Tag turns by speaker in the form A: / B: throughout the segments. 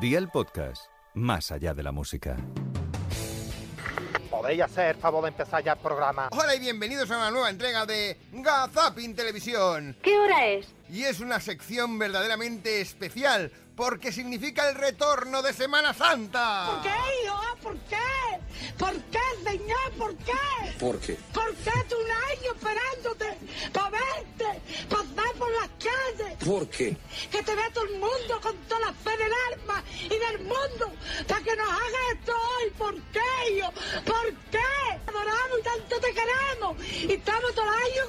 A: Día el podcast, más allá de la música.
B: ¿Podéis hacer favor de empezar ya el programa?
C: Hola y bienvenidos a una nueva entrega de Gazapin Televisión.
D: ¿Qué hora es?
C: Y es una sección verdaderamente especial porque significa el retorno de Semana Santa.
E: ¿Por qué, Iba? ¿Por qué? ¿Por qué, señor? ¿Por qué?
F: ¿Por qué?
E: ¿Por qué tú un año esperándote para verte, pasar por las calles?
F: ¿Por qué?
E: Que te vea todo el mundo con toda la fe del alma y del mundo para que nos haga esto hoy. ¿Por qué, yo? ¿Por qué? Te adoramos y tanto te queremos y estamos todo el año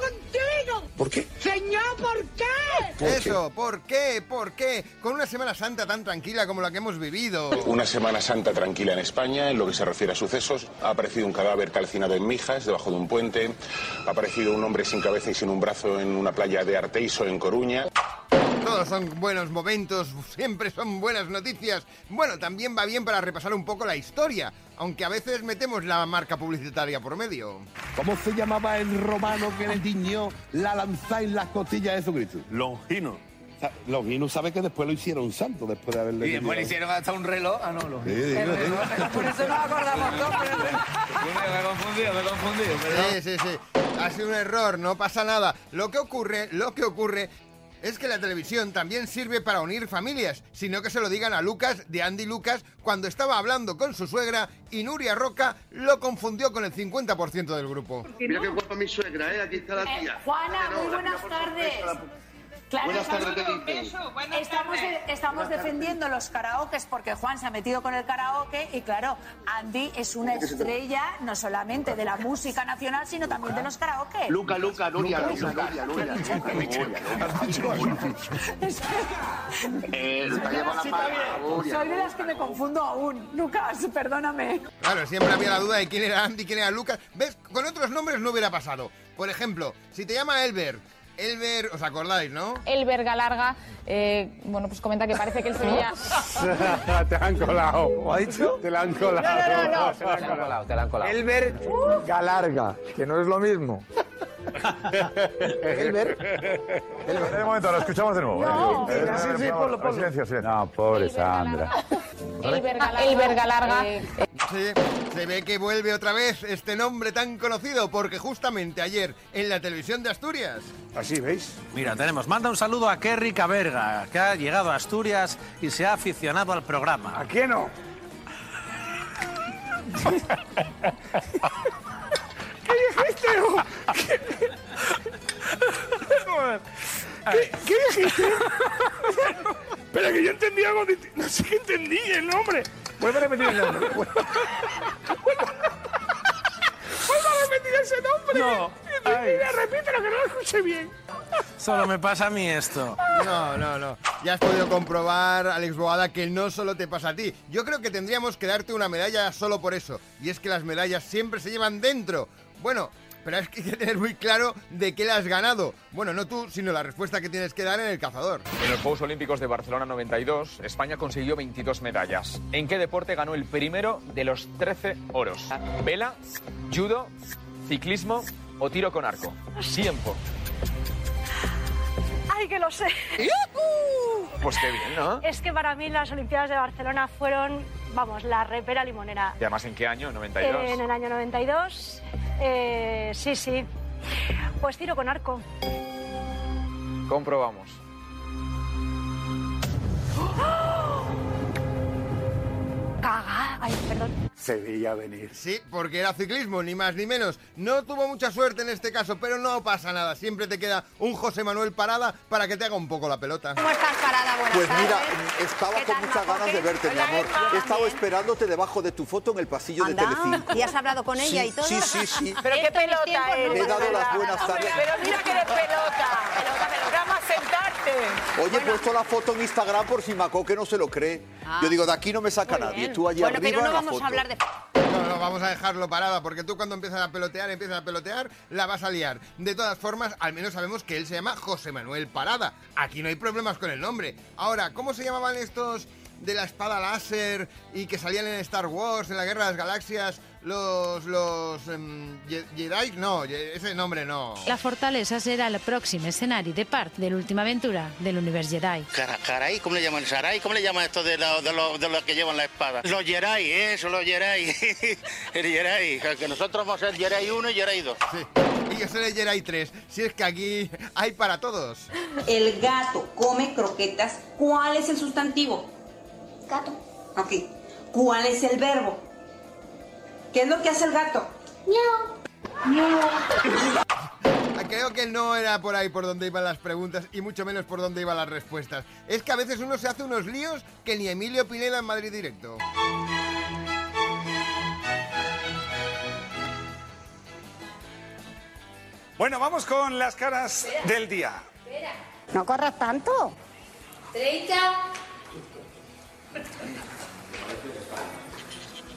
E: contigo.
F: ¿Por qué?
E: Señor, ¿por qué?
F: ¿Por
C: Eso, ¿por qué? ¿Por qué? Con una Semana Santa tan tranquila como la que hemos vivido.
F: Una Semana Santa tranquila en España, en lo que se refiere a sucesos. Ha aparecido un cadáver calcinado en Mijas, debajo de un puente. Ha aparecido un hombre sin cabeza y sin un brazo en una playa de Arteiso, en Coruña.
C: Todos son buenos momentos, siempre son buenas noticias. Bueno, también va bien para repasar un poco la historia, aunque a veces metemos la marca publicitaria por medio.
G: ¿Cómo se llamaba el romano que le tiñó la lanza en las costillas de Jesucristo?
H: Longino.
G: Sa- Longino sabe que después lo hicieron santo, después de haberle...
H: Y después le
G: metido-
H: hicieron hasta un reloj. Ah, no, Longino.
G: Sí, digo, digo.
I: Por eso nos acordamos todos.
H: Me he confundido, me he confundido. perdón.
C: Sí, sí, sí. Ha sido un error, no pasa nada. Lo que ocurre, lo que ocurre es que la televisión también sirve para unir familias, sino que se lo digan a Lucas, de Andy Lucas, cuando estaba hablando con su suegra y Nuria Roca lo confundió con el 50% del grupo.
J: Mira qué guapa mi suegra, ¿eh? Aquí está la
D: Eh,
J: tía.
D: Juana,
J: Mira,
D: muy
J: la
D: buenas
J: tía
D: tardes.
J: sorpresa, la-
D: Claro,
J: Buenas
D: estamos-
J: tardes, te dicen.
D: Estamos, estamos defendiendo los karaokes porque Juan se ha metido con el karaoke y claro, Andy es una estrella no solamente de la música nacional, sino también de los karaoke.
J: Luca, Luca, Nuria, Luca, Nuria, Nuria. Eh, te ha llevado la palabra, Nuria.
D: Soy de las que me confundo aún. Lucas, perdóname.
C: Claro, siempre había la duda de quién era Andy, quién era Lucas. ¿Ves? Con otros nombres no hubiera pasado. Por ejemplo, si te llama Elber, Elber, ¿os acordáis, no?
I: El verga larga, eh, bueno, pues comenta que parece que el Sevilla.
G: Te han colado. ¿Ha dicho? Te la han colado.
I: No, no, no.
K: Galarga, que no es lo mismo. Elber.
H: Un momento, lo escuchamos de nuevo.
I: No.
H: Sí, sí, sí, ponlo, ponlo. Silencio, silencio. No,
I: El verga larga. El verga larga. El verga larga. eh,
C: Sí, se ve que vuelve otra vez este nombre tan conocido porque justamente ayer en la televisión de Asturias.
G: Así, ¿veis?
H: Mira, tenemos. Manda un saludo a Kerry Caberga, que ha llegado a Asturias y se ha aficionado al programa.
G: ¿A qué no?
H: Pero que yo entendí algo. No sé qué entendí el nombre. Vuelve a repetir el nombre. Vuelve a repetir ese nombre. No. Repítelo, que no lo escuché bien. Solo me pasa a mí esto.
C: No, no, no. Ya has podido comprobar, Alex Boada, que no solo te pasa a ti. Yo creo que tendríamos que darte una medalla solo por eso. Y es que las medallas siempre se llevan dentro. Bueno, pero es que hay que tener muy claro de qué la has ganado. Bueno, no tú, sino la respuesta que tienes que dar en el cazador.
H: En los Juegos Olímpicos de Barcelona 92, España consiguió 22 medallas. ¿En qué deporte ganó el primero de los 13 oros? ¿Vela, judo, ciclismo o tiro con arco? Tiempo.
I: eh.
E: Ay, que lo sé.
H: Pues qué bien,
D: Eh.
H: ¿no?
E: Es que para mí las Olimpiadas de Barcelona fueron, vamos, la repera limonera.
H: Y además, ¿en qué año?
E: En
D: Eh,
H: 92.
E: el año 92, eh, sí, sí. Pues tiro con arco.
H: Comprobamos.
E: Caga. Ay, perdón.
G: Se veía venir.
C: Sí, porque era ciclismo, ni más ni menos. No tuvo mucha suerte en este caso, pero no pasa nada. Siempre te queda un José Manuel Parada para que te haga un poco la pelota.
D: ¿Cómo estás parada? Buenas
K: Pues mira,
D: tardes.
K: estaba
D: ¿Qué
K: con
D: tal,
K: muchas
D: Majo?
K: ganas de
D: ¿Qué?
K: verte, mi
D: Hola,
K: amor.
D: Emma.
K: Pues He estado
D: Bien.
K: esperándote debajo de tu foto en el pasillo de
D: Anda,
K: Telecinco.
D: ¿Y has hablado con ella y todo?
K: Sí, sí, sí.
I: Pero qué pelota
D: ¿eh?
I: es.
K: Le he dado las buenas tardes.
I: Pero mira que de pelota. Pelota, pelota. Vamos a sentarte.
K: Oye, he puesto la foto en Instagram por si Macó que no se lo cree.
D: Ah.
K: Yo digo, de aquí no me saca nadie. Tú allí
D: bueno,
K: arriba
D: pero no
K: en la
D: vamos
K: foto.
D: a hablar de...
C: No, no, vamos a dejarlo parada, porque tú cuando empiezas a pelotear, empiezas a pelotear, la vas a liar. De todas formas, al menos sabemos que él se llama José Manuel Parada. Aquí no hay problemas con el nombre. Ahora, ¿cómo se llamaban estos de la espada láser y que salían en Star Wars, en la Guerra de las Galaxias? los, los em, Ye- Jedi, no, ye- ese nombre no.
K: La fortalesa serà el pròxim escenari de part de l'última aventura de l'univers Jedi.
L: Cara- Caray, ¿cómo le llaman? Saray, ¿cómo le llaman esto de los de lo, de lo que llevan la espada? Los Jerai, eso, los Jerai. el Jerai. Que nosotros vamos a ser Jerai 1 y Jerai 2.
C: Y yo soy de Jedi 3. Si es que aquí hay para todos.
E: El gato come croquetas. ¿Cuál es el sustantivo? Gato. Ok. ¿Cuál es el verbo? ¿Qué es lo que hace el gato?
C: Creo que no era por ahí por donde iban las preguntas y mucho menos por donde iban las respuestas. Es que a veces uno se hace unos líos que ni Emilio Pineda en Madrid directo.
M: Bueno, vamos con las caras del día.
N: No corras tanto.
O: 30.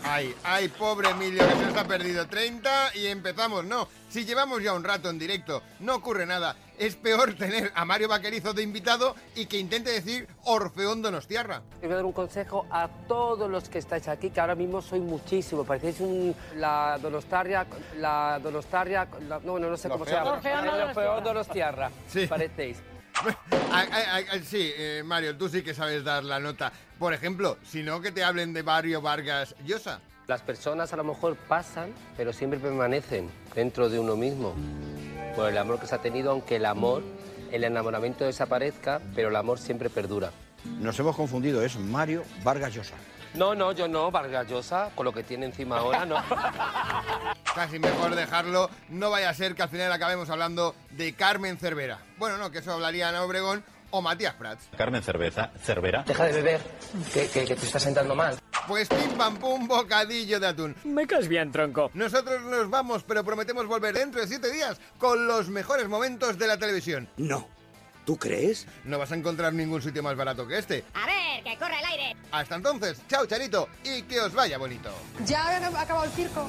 C: Ay, ay, pobre Emilio, que se nos ha perdido 30 y empezamos. No, si llevamos ya un rato en directo, no ocurre nada. Es peor tener a Mario Vaquerizo de invitado y que intente decir Orfeón Donostiarra.
H: Te voy a dar un consejo a todos los que estáis aquí, que ahora mismo soy muchísimo. Parecéis un, la donostaria, la donostaria, la- no, no, no sé
C: Lo
H: cómo se
C: feo.
H: llama.
C: Lo feo
H: Lo
C: donostiarra.
H: feo donostiarra,
C: Sí.
H: parecéis.
C: Ay, ay, ay, ay, sí, eh, Mario, tú sí que sabes dar la nota. Por ejemplo, si no que te hablen de Mario Vargas Llosa.
H: Las personas a lo mejor pasan, pero siempre permanecen dentro de uno mismo. Por el amor que se ha tenido, aunque el amor, el enamoramiento desaparezca, pero el amor siempre perdura.
P: Nos hemos confundido, es Mario Vargas Llosa.
H: No, no, yo no, Vargas Llosa, con lo que tiene encima ahora, no.
C: Casi mejor dejarlo, no vaya a ser que al final acabemos hablando de Carmen Cervera. Bueno, no, que eso hablaría Ana Obregón o Matías Prats.
Q: Carmen Cerveza, Cervera.
H: Deja de beber, que, que- que te estás sentando mal.
C: Pues pim pam pum, bocadillo de atún.
H: Me caes bien, tronco.
C: Nosotros nos vamos, pero prometemos volver dentro de siete días con los mejores momentos de la televisión. No. ¿Tú crees? No vas a encontrar ningún sitio más barato que este.
N: A ver, que corre el aire.
C: Hasta entonces, chao Charito y que os vaya bonito.
N: Ya ha acabado el circo.